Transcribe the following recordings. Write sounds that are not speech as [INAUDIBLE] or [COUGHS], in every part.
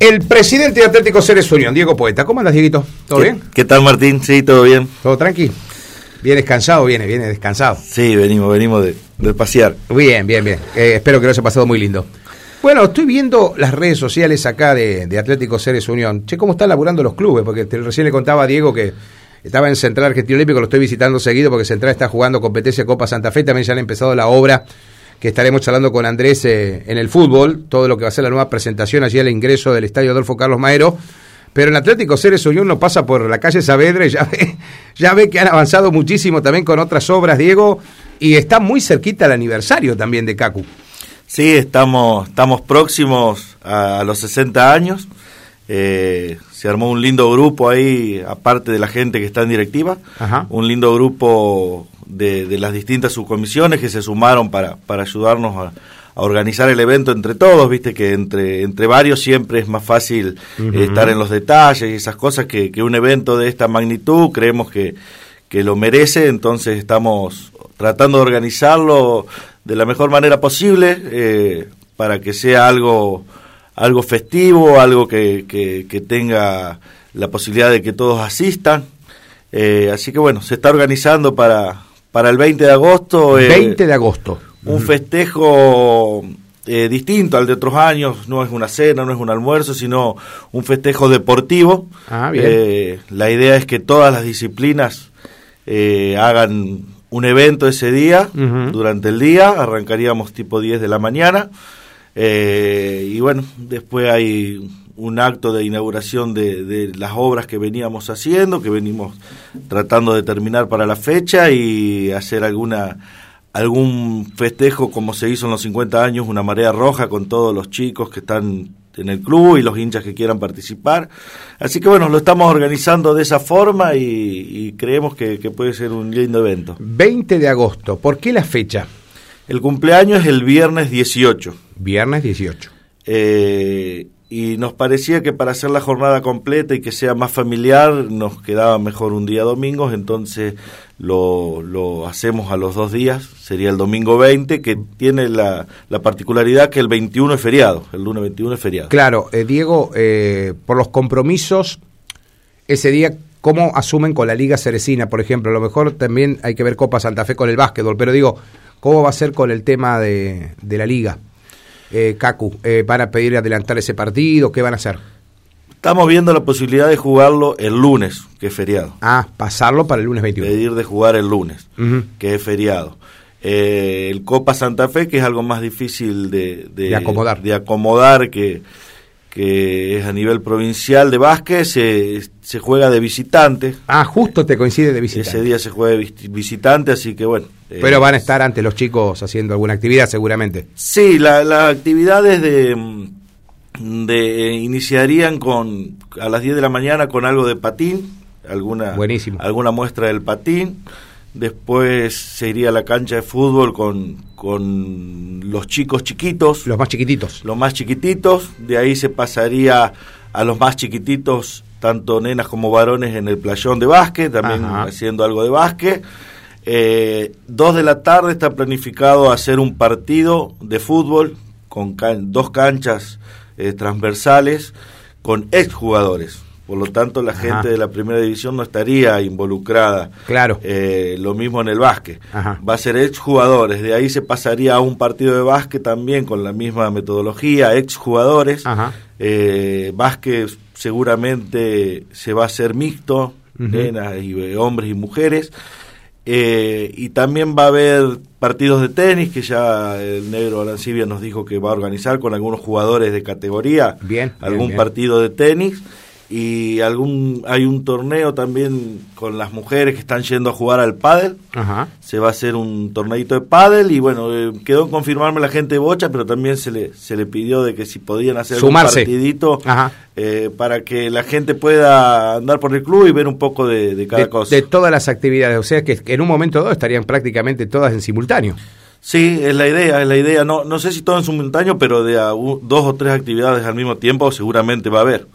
El presidente de Atlético Ceres Unión, Diego Poeta. ¿Cómo andas, Dieguito? ¿Todo ¿Qué- bien? ¿Qué tal, Martín? Sí, todo bien. ¿Todo tranqui? ¿Vienes cansado? Viene, viene descansado. Sí, venimos, venimos de, de pasear. Bien, bien, bien. Eh, espero que lo haya pasado muy lindo. Bueno, estoy viendo las redes sociales acá de, de Atlético Ceres Unión. Che, ¿cómo están laburando los clubes? Porque te- recién le contaba a Diego que estaba en Central Argentino Olímpico, lo estoy visitando seguido porque Central está jugando competencia Copa Santa Fe. También ya han empezado la obra que estaremos charlando con Andrés eh, en el fútbol. Todo lo que va a ser la nueva presentación allí al ingreso del estadio Adolfo Carlos Maero. Pero en Atlético Ceres Unión no pasa por la calle Saavedra y ya ve, [LAUGHS] ya ve que han avanzado muchísimo también con otras obras, Diego. Y está muy cerquita el aniversario también de Cacu. Sí, estamos, estamos próximos a, los 60 años. Eh, se armó un lindo grupo ahí, aparte de la gente que está en directiva. Ajá. Un lindo grupo de, de las distintas subcomisiones que se sumaron para, para ayudarnos a, a organizar el evento entre todos. Viste que entre, entre varios siempre es más fácil eh, estar en los detalles y esas cosas que, que un evento de esta magnitud creemos que, que lo merece. Entonces estamos tratando de organizarlo de la mejor manera posible eh, para que sea algo algo festivo, algo que, que- que tenga la posibilidad de que todos asistan. Eh, así que bueno, se está organizando para, para el 20 de agosto. eh, 20 de agosto. Un festejo eh, distinto al de otros años, no es una cena, no es un almuerzo, sino un festejo deportivo. Ah, bien. Eh, la idea es que todas las disciplinas eh, hagan un evento ese día, Ujú. durante el día, arrancaríamos tipo 10 de la mañana. Eh, y bueno, después hay un acto de inauguración de, de las obras que veníamos haciendo, que venimos tratando de terminar para la fecha y hacer alguna algún festejo como se hizo en los 50 años, una marea roja con todos los chicos que están en el club y los hinchas que quieran participar. Así que bueno, lo estamos organizando de esa forma y, y creemos que, que puede ser un lindo evento. 20 de agosto. ¿Por qué la fecha? El cumpleaños es el viernes 18. Viernes 18. Eh, y nos parecía que para hacer la jornada completa y que sea más familiar, nos quedaba mejor un día domingo, entonces lo, lo hacemos a los dos días, sería el domingo 20, que tiene la, la particularidad que el 21 es feriado, el lunes 21 es feriado. Claro, eh, Diego, eh, por los compromisos, ese día, ¿cómo asumen con la Liga Ceresina, por ejemplo? A lo mejor también hay que ver Copa Santa Fe con el básquetbol, pero digo, ¿cómo va a ser con el tema de, de la Liga? Eh, Cacu, eh, ¿van a pedir adelantar ese partido? ¿Qué van a hacer? Estamos viendo la posibilidad de jugarlo el lunes, que es feriado, Ah, pasarlo para el lunes 21. pedir de jugar el lunes. Ujú. que es feriado. Eh, el Copa Santa Fe, que es algo más difícil de, De acomodar. de acomodar, que, que es a nivel provincial de básquet, se, se juega de visitante. Ah, justo te coincide de visita. Ese día se juega de vis- visitante, así que bueno. eh, Pero van a estar antes los chicos haciendo alguna actividad seguramente. Sí, la- las actividades de, mm, de- iniciarían con a las 10 de la mañana con algo de patín, alguna Buenísimo. alguna muestra del patín. Después se iría a la cancha de fútbol con, con los chicos chiquitos, Los más chiquititos. los más chiquititos. De ahí se pasaría a los más chiquititos, tanto nenas como varones, en el playón de básquet, también Ajá. haciendo algo de básquet. Eh, dos de la tarde está planificado hacer un partido de fútbol con can- dos canchas eh, transversales con exjugadores. Por lo tanto, la Ajá. gente de la primera división no estaría involucrada. Claro. Eh, lo mismo en el básquet. Ajá. Va a ser exjugadores. De ahí se pasaría a un partido de básquet también con la misma metodología, exjugadores. Ajá. Eh, básquet seguramente se va a hacer mixto, Ujú. nenas y eh, hombres y mujeres. Eh, y también va a haber partidos de tenis que ya el negro Arancibia nos dijo que va a organizar con algunos jugadores de categoría. Bien, bien, Algún bien. partido de tenis y algún hay un torneo también con las mujeres que están yendo a jugar al pádel. Ajá. Se va a hacer un torneito de pádel y bueno, eh, quedó en confirmarme la gente de Bocha, pero también se le, se le pidió de que si podían hacer Sumarse. un partidito Ajá. eh, para que la gente pueda andar por el club y ver un poco de, de cada de, cosa. de todas las actividades. O sea que en un momento dado estarían prácticamente todas en simultáneo. Sí, es la idea, es la idea. No, no sé si todo en simultáneo, pero de a u- dos o tres actividades al mismo tiempo seguramente va a haber.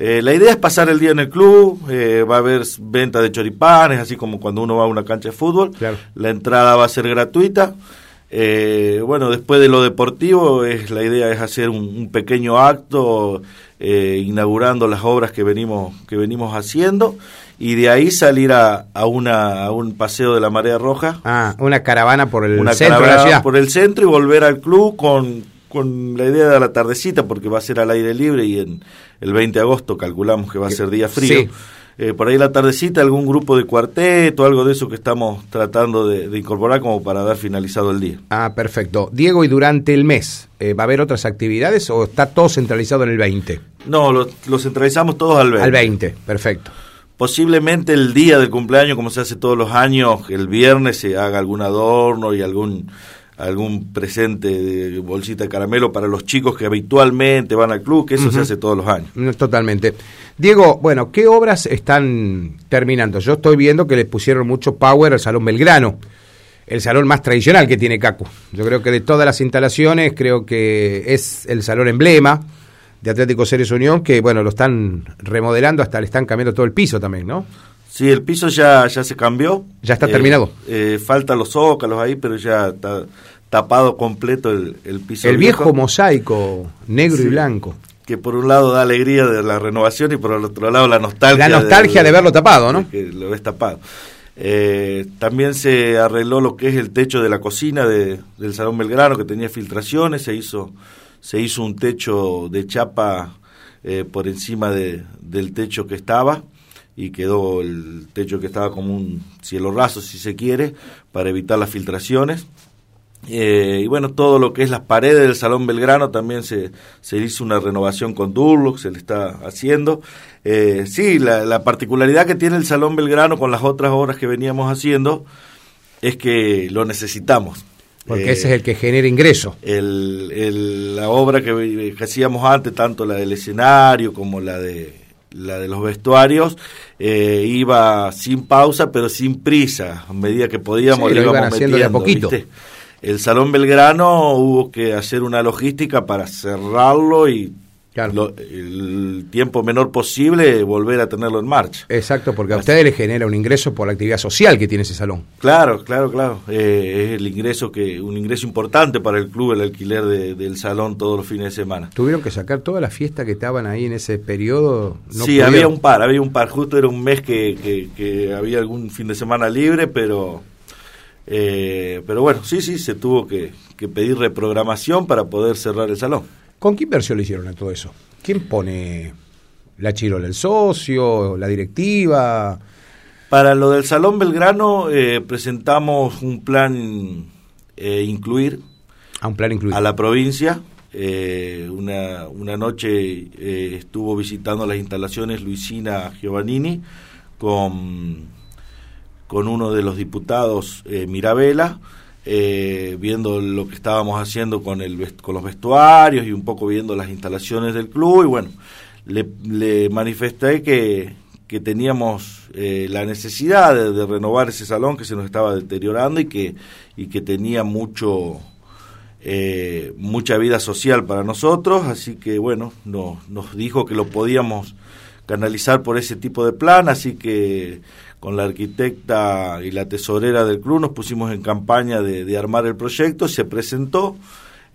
Eh, la idea es pasar el día en el club, eh, va a haber s- venta de choripanes, así como cuando uno va a una cancha de fútbol. Claro. La entrada va a ser gratuita. Eh, bueno, después de lo deportivo, es, la idea es hacer un, un pequeño acto eh, inaugurando las obras que venimos, que venimos haciendo y de ahí salir a, a una, a un paseo de la marea roja. Ah, una caravana por el una centro de la ciudad. por el centro y volver al club con, con la idea de la tardecita porque va a ser al aire libre y en el 20 de agosto calculamos que va a ser día frío. Sí. Eh, por ahí la tardecita algún grupo de cuarteto, algo de eso que estamos tratando de, de incorporar como para dar finalizado el día. Ah, perfecto. Diego, ¿y durante el mes eh, va a haber otras actividades o está todo centralizado en el 20? No, lo, lo centralizamos todos al 20. Al 20, perfecto. Posiblemente el día del cumpleaños, como se hace todos los años, el viernes se haga algún adorno y algún algún presente de bolsita de caramelo para los chicos que habitualmente van al club, que eso se hace todos los años. No, Totalmente. Diego, bueno, ¿qué obras están terminando? Yo estoy viendo que le pusieron mucho power al Salón Belgrano, el salón más tradicional que tiene Caco. Yo creo que de todas las instalaciones, creo que es el salón emblema de Atlético Ceres Unión, que bueno, lo están remodelando, hasta le están cambiando todo el piso también, ¿no? Sí, el piso ya, ya se cambió. Ya está terminado. Eh, faltan los zócalos ahí, pero ya está tapado completo el, el piso. el viejo mosaico negro y blanco. Que por un lado da alegría de la renovación y por el otro lado la nostalgia. La nostalgia de verlo tapado, ¿no? de que lo ves tapado. Eh, también se arregló lo que es el techo de la cocina de- del Salón Belgrano, que tenía filtraciones, se hizo, se hizo un techo de chapa eh, por encima de- del techo que estaba y quedó el techo que estaba como un cielo raso, si se quiere, para evitar las filtraciones. Eh, y bueno, todo lo que es las paredes del Salón Belgrano también se, se hizo una renovación con Durlock, se le está haciendo. Eh, sí, la, la particularidad que tiene el Salón Belgrano con las otras obras que veníamos haciendo es que lo necesitamos. Porque Eh, ese es el que genera ingreso. el- el- la obra que, que hacíamos antes, tanto la del escenario como la de la de los vestuarios, eh, iba sin pausa pero sin prisa, a medida que podíamos Sí, le lo iban íbamos haciendo de a metiendo, poquito. ¿viste? El Salón Belgrano hubo que hacer una logística para cerrarlo y Claro. lo- el tiempo menor posible volver a tenerlo en marcha. Exacto, porque a ustedes les genera un ingreso por la actividad social que tiene ese salón. Claro, claro, claro. Eh, es el ingreso que un ingreso importante para el club el alquiler de- del salón todos los fines de semana. Tuvieron que sacar todas las fiestas que estaban ahí en ese periodo. no sí, pudieron. había un par, había un par. Justo era un mes que, que- que había algún fin de semana libre, pero eh, pero bueno, sí, sí, se tuvo que, que pedir reprogramación para poder cerrar el salón. ¿Con qué inversión le hicieron a todo eso? ¿Quién pone la chirola? ¿El socio? ¿La directiva? Para lo del Salón Belgrano eh, presentamos un plan eh, incluir A un plan incluido. a la provincia. Eh, una, una noche eh, estuvo visitando las instalaciones Luisina Giovannini con, con uno de los diputados eh, Mirabela, eh, viendo lo que estábamos haciendo con, el, vest- con los vestuarios y un poco viendo las instalaciones del club. Y bueno, le, le manifesté que, que teníamos eh, la necesidad de, de renovar ese salón que se nos estaba deteriorando y que, y que tenía mucho eh, mucha vida social para nosotros, así que bueno, no- nos dijo que lo podíamos canalizar por ese tipo de plan, así que con la arquitecta y la tesorera del club nos pusimos en campaña de, de armar el proyecto, se presentó,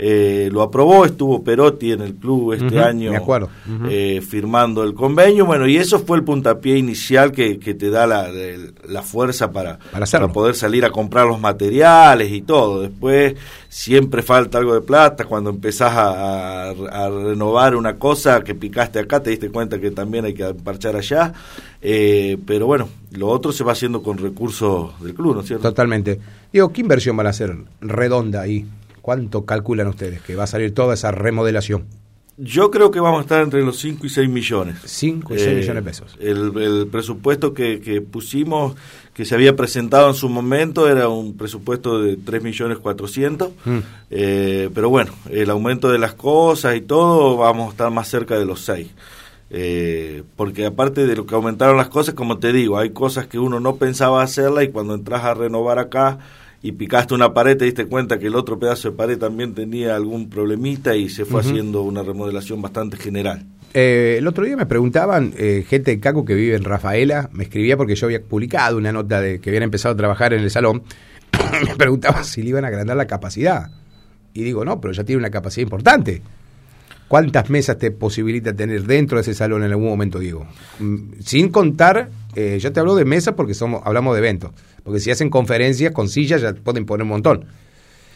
eh, lo aprobó, estuvo Perotti en el club este Ujú, año me acuerdo. Ujú. eh, firmando el convenio, bueno, y eso fue el puntapié inicial que, que te da la, el- la fuerza para, Para hacerlo. poder salir a comprar los materiales y todo. Después siempre falta algo de plata, cuando empezás a, a- a renovar una cosa que picaste acá, te diste cuenta que también hay que parchar allá, Eh, pero bueno, lo otro se va haciendo con recursos del club, ¿no es cierto? Totalmente. Digo, ¿qué inversión van a hacer redonda ahí? ¿Cuánto calculan ustedes que va a salir toda esa remodelación? Yo creo que vamos a estar entre los 5 y 6 millones. 5 y 6 Eh, millones de pesos. El, el presupuesto que, que pusimos, que se había presentado en su momento, era un presupuesto de 3 millones 400. Mm. Eh, pero bueno, el aumento de las cosas y todo, vamos a estar más cerca de los 6. Eh, porque aparte de lo que aumentaron las cosas, como te digo, hay cosas que uno no pensaba hacerla y cuando entras a renovar acá y picaste una pared te diste cuenta que el otro pedazo de pared también tenía algún problemita y se fue haciendo una remodelación bastante general. Eh, el otro día me preguntaban, eh, gente de Caco que vive en Rafaela, me escribía porque yo había publicado una nota de que habían empezado a trabajar en el salón [COUGHS] me preguntaba si le iban a agrandar la capacidad. Y digo, no, pero ya tiene una capacidad importante. ¿Cuántas mesas te posibilita tener dentro de ese salón en algún momento, Diego? Mm, Sin contar, eh, yo te hablo de mesas porque somos, hablamos de eventos. Porque si hacen conferencias con sillas ya pueden poner un montón.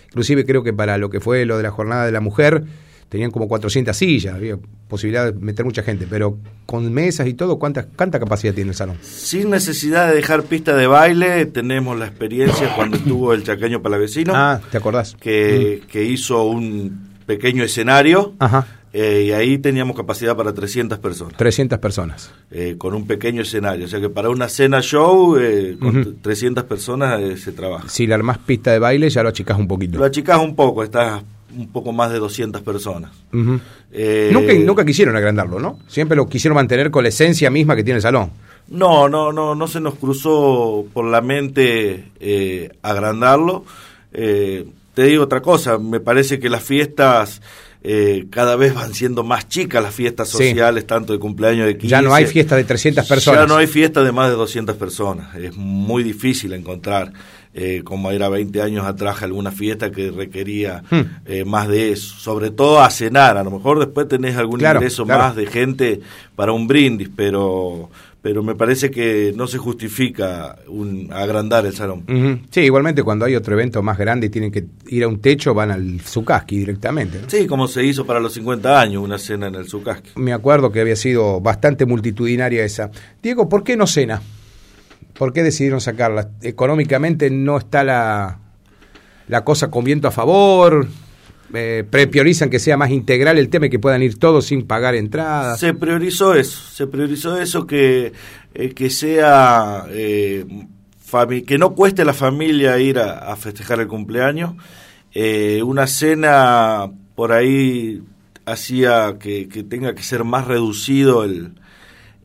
Inclusive creo que para lo que fue lo de la jornada de la mujer, tenían como 400 sillas, había posibilidad de meter mucha gente. Pero con mesas y todo, ¿cuántas, ¿cuánta capacidad tiene el salón? Sin necesidad de dejar pista de baile, tenemos la experiencia cuando estuvo el chaqueño palavecino, Ah, ¿te acordás? que, que hizo un pequeño escenario Ajá, eh, y ahí teníamos capacidad para 300 personas, 300 personas. eh, con un pequeño escenario. O sea que para una cena show, eh, con Ujú. 300 personas eh, se trabaja. Si le armás pista de baile, ya lo achicás un poquito. Lo achicás un poco, estás un poco más de 200 personas. Ujú. Eh, nunca, nunca quisieron agrandarlo, ¿no? Siempre lo quisieron mantener con la esencia misma que tiene el salón. No, no, no, no se nos cruzó por la mente eh, agrandarlo. Eh, te digo otra cosa, me parece que las fiestas eh, cada vez van siendo más chicas, las fiestas Sí. sociales, tanto de cumpleaños de 15. Ya no hay fiesta de 300 personas. Ya no hay fiesta de más de 200 personas. Es muy difícil encontrar, eh, como era 20 años atrás, alguna fiesta que requería Hmm. eh, más de eso. Sobre todo a cenar. A lo mejor después tenés algún Claro, ingreso claro. más de gente para un brindis, pero pero me parece que no se justifica un, agrandar el salón. Ujú. Sí, igualmente cuando hay otro evento más grande y tienen que ir a un techo, van al Zukaski directamente. ¿no? Sí, como se hizo para los 50 años, una cena en el Zucasque. Me acuerdo que había sido bastante multitudinaria esa. Diego, ¿por qué no cena? ¿Por qué decidieron sacarla? Económicamente no está la, la cosa con viento a favor. Eh, pre- priorizan que sea más integral el tema y que puedan ir todos sin pagar entradas. Se priorizó eso, se priorizó eso que, eh, que sea, eh, fami- que no cueste a la familia ir a, a festejar el cumpleaños. Eh, una cena por ahí hacía que, que tenga que ser más reducido el,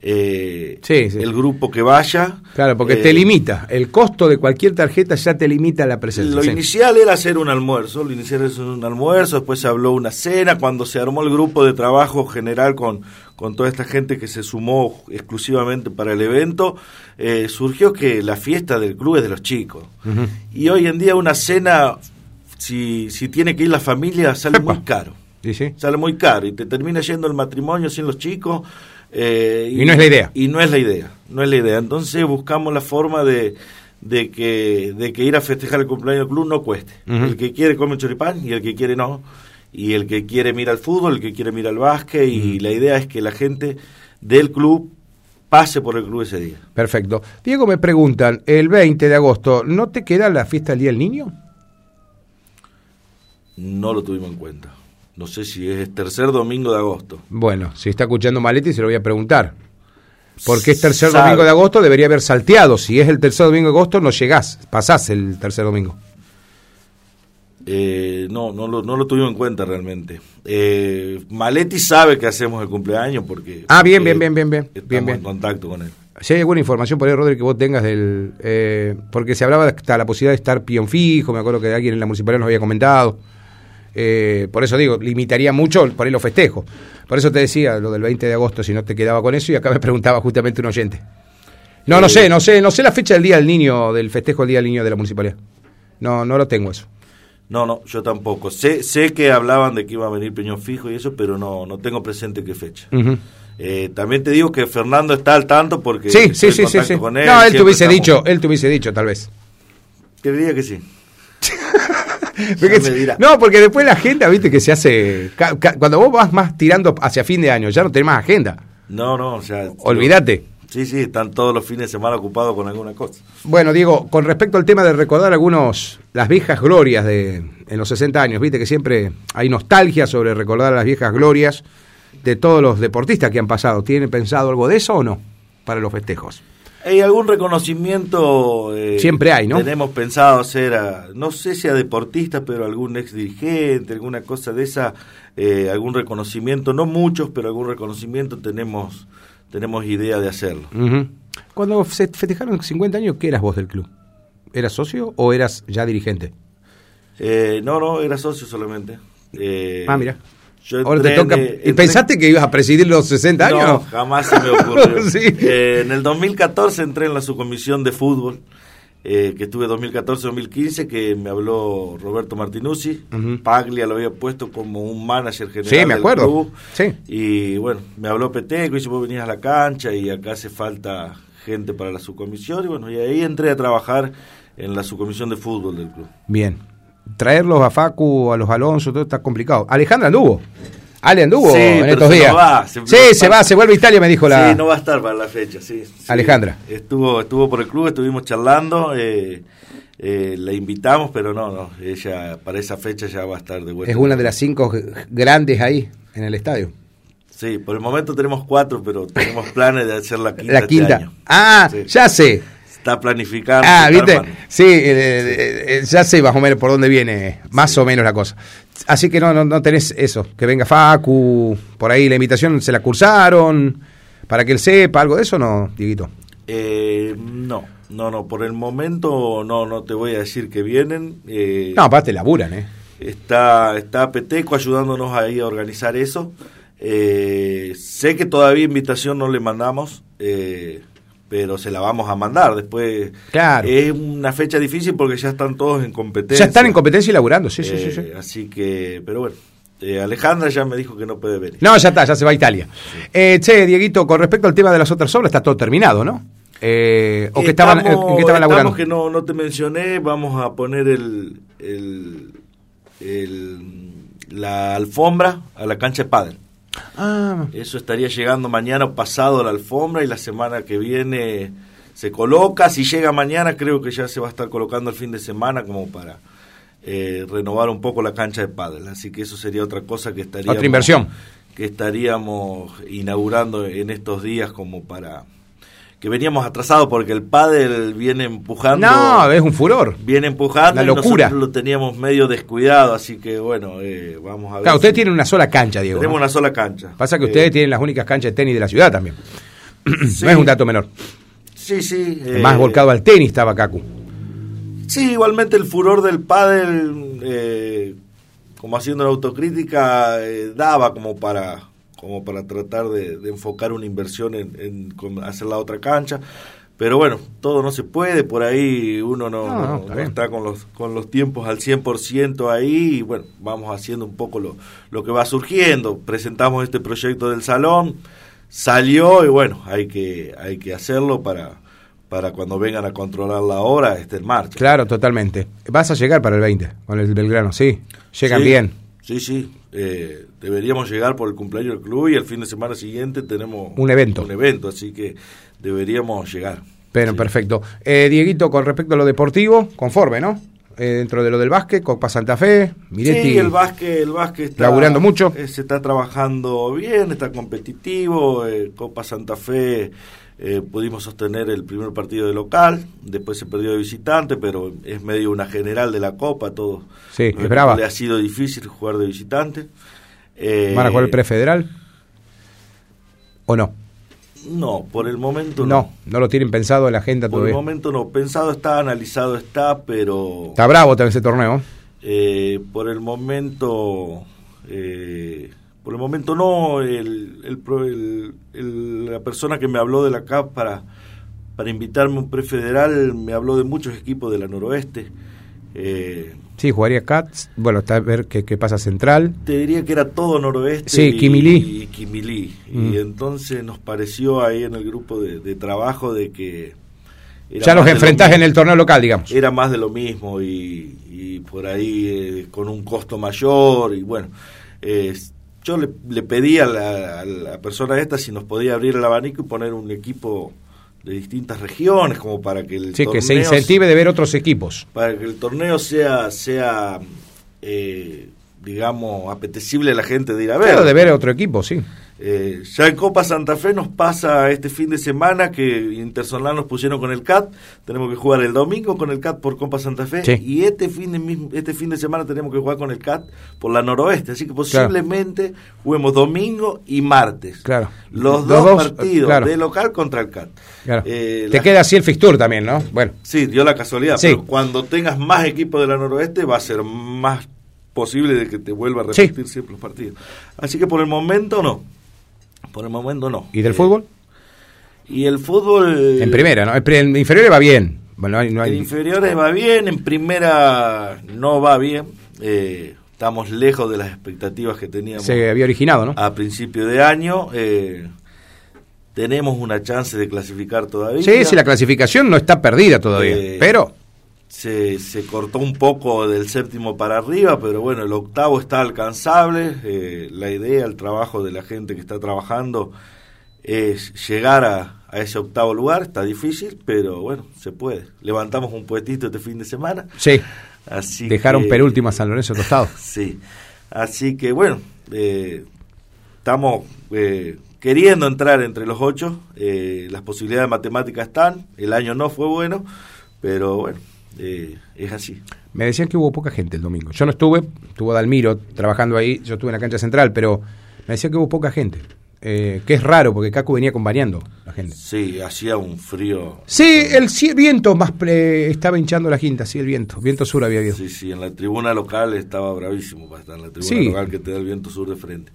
eh, Sí, sí. el grupo que vaya. Claro, porque Eh, te limita. El costo de cualquier tarjeta ya te limita la presencia. Lo sí. inicial era hacer un almuerzo, lo inicial es un almuerzo, después se habló una cena, cuando se armó el grupo de trabajo general con, con toda esta gente que se sumó exclusivamente para el evento, eh, surgió que la fiesta del club es de los chicos. Ujú. Y hoy en día una cena, si, si tiene que ir la familia, sale Epa. muy caro. Sí, sí. Sale muy caro y te termina yendo el matrimonio sin los chicos. eh, Y no es la idea. Y no es la idea, no es la idea. Entonces buscamos la forma de, de, que, de que ir a festejar el cumpleaños del club no cueste. Ujú. El que quiere come choripán y el que quiere no. Y el que quiere mira al fútbol, el que quiere mira al básquet. Y la idea es que la gente del club pase por el club ese día. Perfecto. Diego, me preguntan, el 20 de agosto, ¿no te queda la fiesta del Día del Niño? No lo tuvimos en cuenta. No sé si es tercer domingo de agosto. Bueno, si está escuchando Maletti, se lo voy a preguntar. Porque es tercer Sabe. domingo de agosto, debería haber salteado. Si es el tercer domingo de agosto, no llegás, pasás el tercer domingo. Eh, no, no lo, no lo tuvimos en cuenta realmente. Eh, Maletti sabe que hacemos el cumpleaños porque. Ah, bien, porque bien, bien, bien, bien. Estamos Bien, bien. en contacto con él. Si hay alguna información por ahí, Rodri, que vos tengas del... eh, porque se hablaba de hasta la posibilidad de estar pion fijo, me acuerdo que alguien en la municipalidad nos había comentado. Eh, por eso digo, limitaría mucho por ahí los festejos. Por eso te decía lo del 20 de agosto, si no te quedaba con eso, y acá me preguntaba justamente un oyente. No, no Eh, sé, no sé, no sé la fecha del Día del Niño, del festejo del Día del Niño de la municipalidad. No, no lo tengo eso. No, no, yo tampoco. Sé, sé que hablaban de que iba a venir Peñón Fijo y eso, pero no, no tengo presente qué fecha. Ujú. Eh, también te digo que Fernando está al tanto porque. Sí, estoy sí, sí, en sí, contacto sí. con él, no, él te siempre hubiese estamos- dicho, él te hubiese dicho, tal [LAUGHS] vez. Te diría [LAUGHS] que sí. Porque Ya me se- dirá. no, porque después la agenda, viste, que se hace. ca- ca- Cuando vos vas más tirando hacia fin de año, ya no tenés más agenda. No, no, o sea. Olvídate. Sí, sí, están todos los fines de semana ocupados con alguna cosa. Bueno, Diego, con respecto al tema de recordar algunos, las viejas glorias de en los 60 años, viste que siempre hay nostalgia sobre recordar las viejas glorias de todos los deportistas que han pasado. ¿Tienen pensado algo de eso o no? Para los festejos. Hay algún reconocimiento. eh, Siempre hay, ¿no? Tenemos pensado hacer, a- no sé si a deportistas, pero algún ex dirigente, alguna cosa de esa, eh, algún reconocimiento, no muchos, pero algún reconocimiento tenemos, tenemos idea de hacerlo. Ujú. Cuando se festejaron 50 años, ¿qué eras vos del club? ¿Eras socio o eras ya dirigente? Eh, no, no, era socio solamente. Eh, Ah, mira. yo Ahora te entré en, toca. eh, ¿Y entré- pensaste que ibas a presidir los 60 años? No, jamás se me ocurrió. [LAUGHS] Sí. Eh, en el 2014 entré en la subcomisión de fútbol. eh, que estuve 2014-2015, que me habló Roberto Martinuzzi. Paglia lo había puesto como un manager general. Sí, me del acuerdo. club. Sí. Y bueno, me habló Peteco, dice, vos venís a la cancha y acá hace falta gente para la subcomisión. Y bueno, y ahí entré a trabajar en la subcomisión de fútbol del club. Bien. Traerlos a Facu, a los Alonso, todo está complicado. Alejandra anduvo. Ale anduvo Sí, en pero estos se días. nos va, se- sí, se va, se vuelve a Italia, me dijo la. Sí, no va a estar para la fecha, sí. sí. Alejandra. Estuvo, estuvo por el club, estuvimos charlando, eh, eh, la invitamos, pero no, no, ella para esa fecha ya va a estar de vuelta. es una de las cinco g- grandes ahí, en el estadio. Sí, por el momento tenemos cuatro, [LAUGHS] pero tenemos planes de hacer la quinta. La este quinta. año. ah, Sí. ya sé. Está planificando. Ah, está ¿viste? armando. Sí, eh, eh, eh, ya sé más o menos por dónde viene, más o menos la cosa. Así que no, no, no tenés eso, que venga Facu, por ahí la invitación se la cursaron, para que él sepa, algo de eso no, Dieguito. Eh, no, no, no, por el momento no, no te voy a decir que vienen. eh, No, aparte laburan, ¿eh? Está, está Peteco ayudándonos ahí a organizar eso. Eh, sé que todavía invitación no le mandamos, eh, pero se la vamos a mandar después. Claro. Es una fecha difícil porque ya están todos en competencia. Ya están en competencia y laburando, sí, sí, sí, Eh, sí. Así que, pero bueno, eh, Alejandra ya me dijo que no puede venir. No, ya está, ya se va a Italia. Eh, che, Dieguito, con respecto al tema de las otras obras, está todo terminado, ¿no? Eh, ¿O que estaban, eh, Estamos- ¿en qué estaban laburando? estamos que no, no te mencioné, vamos a poner el, el, el- la alfombra a la cancha de pádel. Ah, Eso estaría llegando mañana o pasado la alfombra y la semana que viene se coloca. Si llega mañana, creo que ya se va a estar colocando el fin de semana como para eh, renovar un poco la cancha de pádel. Así que eso sería otra cosa que estaría Otra inversión. que estaríamos inaugurando en estos días como para que veníamos atrasados porque el pádel viene empujando no, es un furor. viene empujando La y locura. nosotros lo teníamos medio descuidado así que bueno eh, vamos a ver Claro, ustedes si- tienen una sola cancha, Diego. tenemos ¿no? una sola cancha Pasa que Eh, ustedes tienen las únicas canchas de tenis de la ciudad también. [CLEARS THROAT] sí. No es un dato menor. Sí, sí. eh, Más volcado al tenis estaba Kaku. Sí, igualmente el furor del pádel, eh, como haciendo la autocrítica, eh, daba como para como para tratar de, de enfocar una inversión en, en con- hacer la otra cancha. Pero bueno, todo no se puede, por ahí uno no, No, no, no- está no bien. está con los, con los tiempos al 100% ahí y bueno, vamos haciendo un poco lo, lo que va surgiendo. Presentamos este proyecto del salón, salió y bueno, hay que, hay que hacerlo para, para cuando vengan a controlar la obra esté en marcha. Claro, totalmente. Vas a llegar para el 20 con el Belgrano, sí. Llegan Sí, bien. Sí, sí. Eh, deberíamos llegar por el cumpleaños del club y el fin de semana siguiente tenemos Un evento. Un evento, así que deberíamos llegar. Pero Sí. perfecto. Eh, Dieguito, con respecto a lo deportivo, conforme, ¿no? Eh, dentro de lo del básquet, Copa Santa Fe, Miretti. Sí, el básquet, el básquet está este- Laburando mucho. eh, se está trabajando bien, está competitivo. eh, Copa Santa Fe eh, pudimos sostener el primer partido de local, después se perdió de visitante, pero es medio una general de la Copa, todo. Sí, es Eh, brava. Le ha sido difícil jugar de visitante. Eh, ¿Van a jugar el prefederal? ¿O no? No, por el momento No, no, lo tienen pensado en la agenda Por el todavía. momento no, pensado está, analizado está, pero Está bravo también ese torneo. eh, por el momento, eh, por el momento no. El, el pro- el- el- la persona que me habló de la CAP para, para invitarme a un prefederal me habló de muchos equipos de la noroeste. Eh, Sí, jugaría Cats. Bueno, está a ver qué, qué pasa Central. te diría que era todo noroeste Sí, y Quimilí. Y, Quimilí. Mm. y entonces nos pareció ahí en el grupo de, de trabajo de que... era ya más los de lo enfrentás en mismo. el torneo local, digamos. era más de lo mismo y, y por ahí eh, con un costo mayor y bueno eh, yo le, le pedí a la, a la persona esta si nos podía abrir el abanico y poner un equipo de distintas regiones como para que el Sí, que se torneo- incentive de ver otros equipos. para que el torneo sea sea eh, digamos apetecible a la gente de ir a ver Claro, de ver otro equipo, sí. eh, ya en Copa Santa Fe nos pasa este fin de semana que Intersonal nos pusieron con el CAT. Tenemos que jugar el domingo con el CAT por Copa Santa Fe. Sí. Y este fin, de, mismo- este fin de semana tenemos que jugar con el CAT por la noroeste. Así que posiblemente juguemos domingo y martes. Claro. Los, Los dos, dos, partidos claro. de local contra el CAT. Claro. Eh, Te la- queda así el fixture también, ¿no? Bueno, Sí, dio la casualidad. Sí. Pero cuando tengas más equipos de la noroeste va a ser más posible de que te vuelva a repetir siempre los partidos. Así que por el momento no. Por el momento no. ¿y del Eh, fútbol? Y el fútbol... En primera, ¿no? En pri- En inferiores va bien. Bueno, no hay- no hay- En inferiores va bien, en primera no va bien. eh, estamos lejos de las expectativas que teníamos se había originado, ¿no? a principio de año. eh, tenemos una chance de clasificar todavía. Sí, sí, la clasificación no está perdida todavía, Eh, pero se, se cortó un poco del séptimo para arriba, pero bueno, el octavo está alcanzable. eh, la idea, el trabajo de la gente que está trabajando es llegar a, a ese octavo lugar. Está difícil, pero bueno, se puede. Levantamos un puestito este fin de semana. sí, Así dejaron que- penúltima a San Lorenzo Tostado. Sí. Así que bueno, eh, estamos eh, queriendo entrar entre los ocho. eh, las posibilidades matemáticas están. El año no fue bueno, pero bueno, eh, es así. Me decían que hubo poca gente el domingo. Yo no estuve, estuvo Dalmiro trabajando ahí, yo estuve en la cancha central, pero me decían que hubo poca gente. Eh, que es raro, porque Caco venía acompañando la gente. Sí, hacía un frío. Sí, el cie- viento más pre- estaba hinchando la quinta, sí, el viento. Viento sur había habido. Sí, sí, en la tribuna local estaba bravísimo para estar en la tribuna Sí. local que te da el viento sur de frente.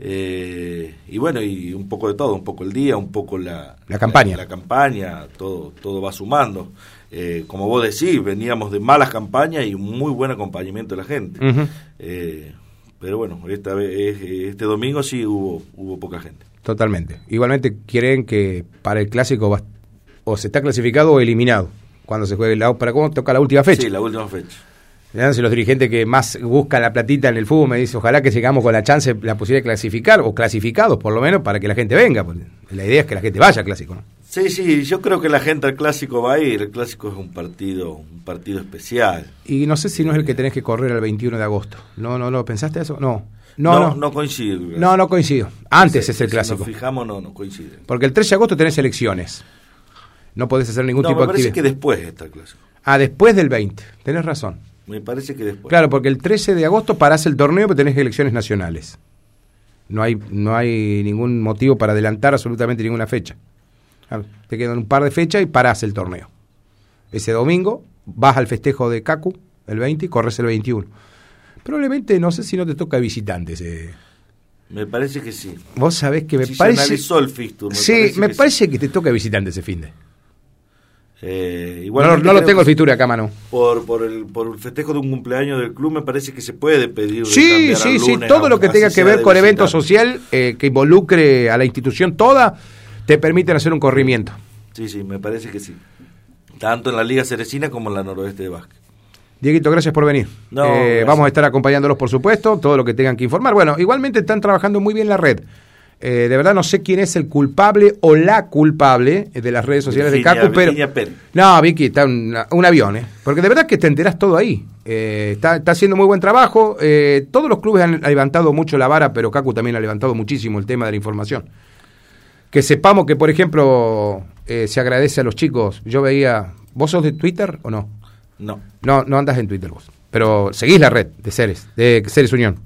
Eh, y bueno, y un poco de todo, un poco el día, un poco la, La campaña. La, la campaña, todo, todo va sumando. Eh, como vos decís, veníamos de malas campañas y un muy buen acompañamiento de la gente. Ujú. Eh, pero bueno, esta vez, eh, este domingo sí hubo, hubo poca gente. Totalmente. Igualmente creen que para el clásico va- o se está clasificado o eliminado cuando se juegue la para cómo toca la última fecha. Sí, la última fecha. Ya, si los dirigentes que más buscan la platita en el fútbol me dicen, ojalá que sigamos con la chance, la posibilidad de clasificar, o clasificados por lo menos, para que la gente venga. porque La idea es que la gente vaya al clásico. ¿no? Sí, sí, yo creo que la gente al clásico va a ir. El clásico es un partido, un partido especial. Y no sé si no es el que tenés que correr el 21 de agosto. No, no, no. ¿Pensaste eso? No. No, no. No, coincide. no, coincido. Antes es el Si clásico. Nos fijamos, no, no coincide. Porque el 3 de agosto tenés elecciones. No podés hacer ningún No, me tipo de parece actividad. que después está el clásico. Ah, después del 20. Tenés razón. Me parece que después. Claro, porque el 13 de agosto parás el torneo pero tenés elecciones nacionales. No hay, no hay ningún motivo para adelantar absolutamente ninguna fecha. Claro, te quedan un par de fechas y parás el torneo. Ese domingo vas al festejo de Cacu, el 20, y corres el 21. Probablemente, no sé si no te toca visitantes. eh. Me parece que sí. Vos sabés que me Sí, se parece... analizó el fixture, me sí, parece me que sí. parece que te toca visitantes ese fin de. Eh, No, igualmente no lo creo tengo el que fitura acá, mano. Por, por, el, por el festejo de un cumpleaños del club, me parece que se puede pedir. de Sí, cambiar al sí, sí, lunes, todo lo que aunque tenga así que sea ver de con evento visitante. social eh, que involucre a la institución toda, te permiten hacer un corrimiento. Sí, sí, me parece que sí. Tanto en la Liga Cerecina como en la Noroeste de Básquet. Dieguito, gracias por venir. No, Eh, gracias. Vamos a estar acompañándolos, por supuesto, todo lo que tengan que informar. Bueno, igualmente están trabajando muy bien la red. Eh, de verdad no sé quién es el culpable o la culpable eh, de las redes sociales de Virginia- Cacu, pero... Virginia Pérez. No, Vicky, está una- un avión, ¿eh? Porque de verdad que te enterás todo ahí. Eh, está, está haciendo muy buen trabajo. Eh, todos los clubes han levantado mucho la vara, pero Cacu también ha levantado muchísimo el tema de la información. Que sepamos que, por ejemplo, eh, se agradece a los chicos. Yo veía... ¿Vos sos de Twitter o no? No. No, no andas en Twitter vos. Pero seguís la red de Ceres, de Ceres Unión.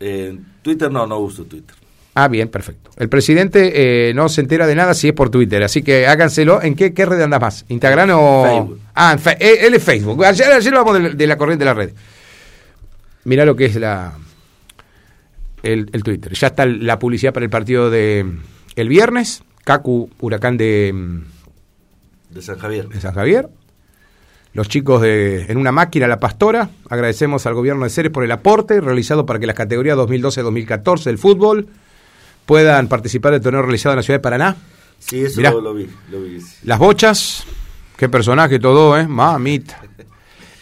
Eh, Twitter no, no uso Twitter. Ah, bien, perfecto. El presidente eh, no se entera de nada si es por Twitter, así que háganselo. ¿En qué, qué red andás más? ¿Instagram o...? Facebook. Ah, en Fe- eh, él es Facebook. Ayer, ayer hablamos de, de la corriente de la red. Mirá lo que es la el, el Twitter. Ya está el- la publicidad para el partido de mm, el viernes. Cacu, Huracán de... mm, De San Javier. de San Javier. Los chicos de En una máquina, La Pastora. Agradecemos al gobierno de Ceres por el aporte realizado para que las categorías 2012-2014 del fútbol puedan participar del torneo realizado en la ciudad de Paraná. Sí, eso Mirá. lo, lo vi. Lo vi sí. Las bochas, qué personaje todo, ¿eh? Mamita.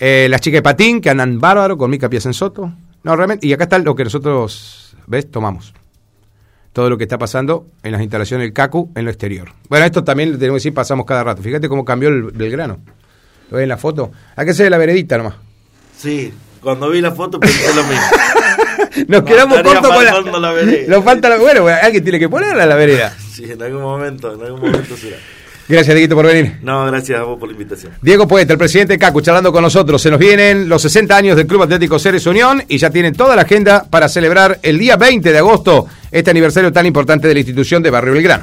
Eh, las chicas de patín, que andan bárbaro con Mica Piacensoto. No, realmente. Y acá está lo que nosotros, ¿ves? Tomamos. Todo lo que está pasando en las instalaciones del CACU en lo exterior. Bueno, esto también le tenemos que decir, pasamos cada rato. Fíjate cómo cambió el Belgrano. ¿Lo ves en la foto? Hay que ser la veredita [LAUGHS] nomás. Sí, cuando vi la foto pensé lo mismo. [LAUGHS] Nos No, quedamos estaría cortos con faltando la, la vereda. Nos falta la- Bueno, bueno, alguien tiene que ponerla la vereda. Sí, en algún momento, en algún momento será. Gracias, Dieguito, por venir. No, gracias a vos por la invitación. Diego Poeta, el presidente de CACU, charlando con nosotros. Se nos vienen los 60 años del Club Atlético Ceres Unión y ya tienen toda la agenda para celebrar el día 20 de agosto este aniversario tan importante de la institución de Barrio Belgrano.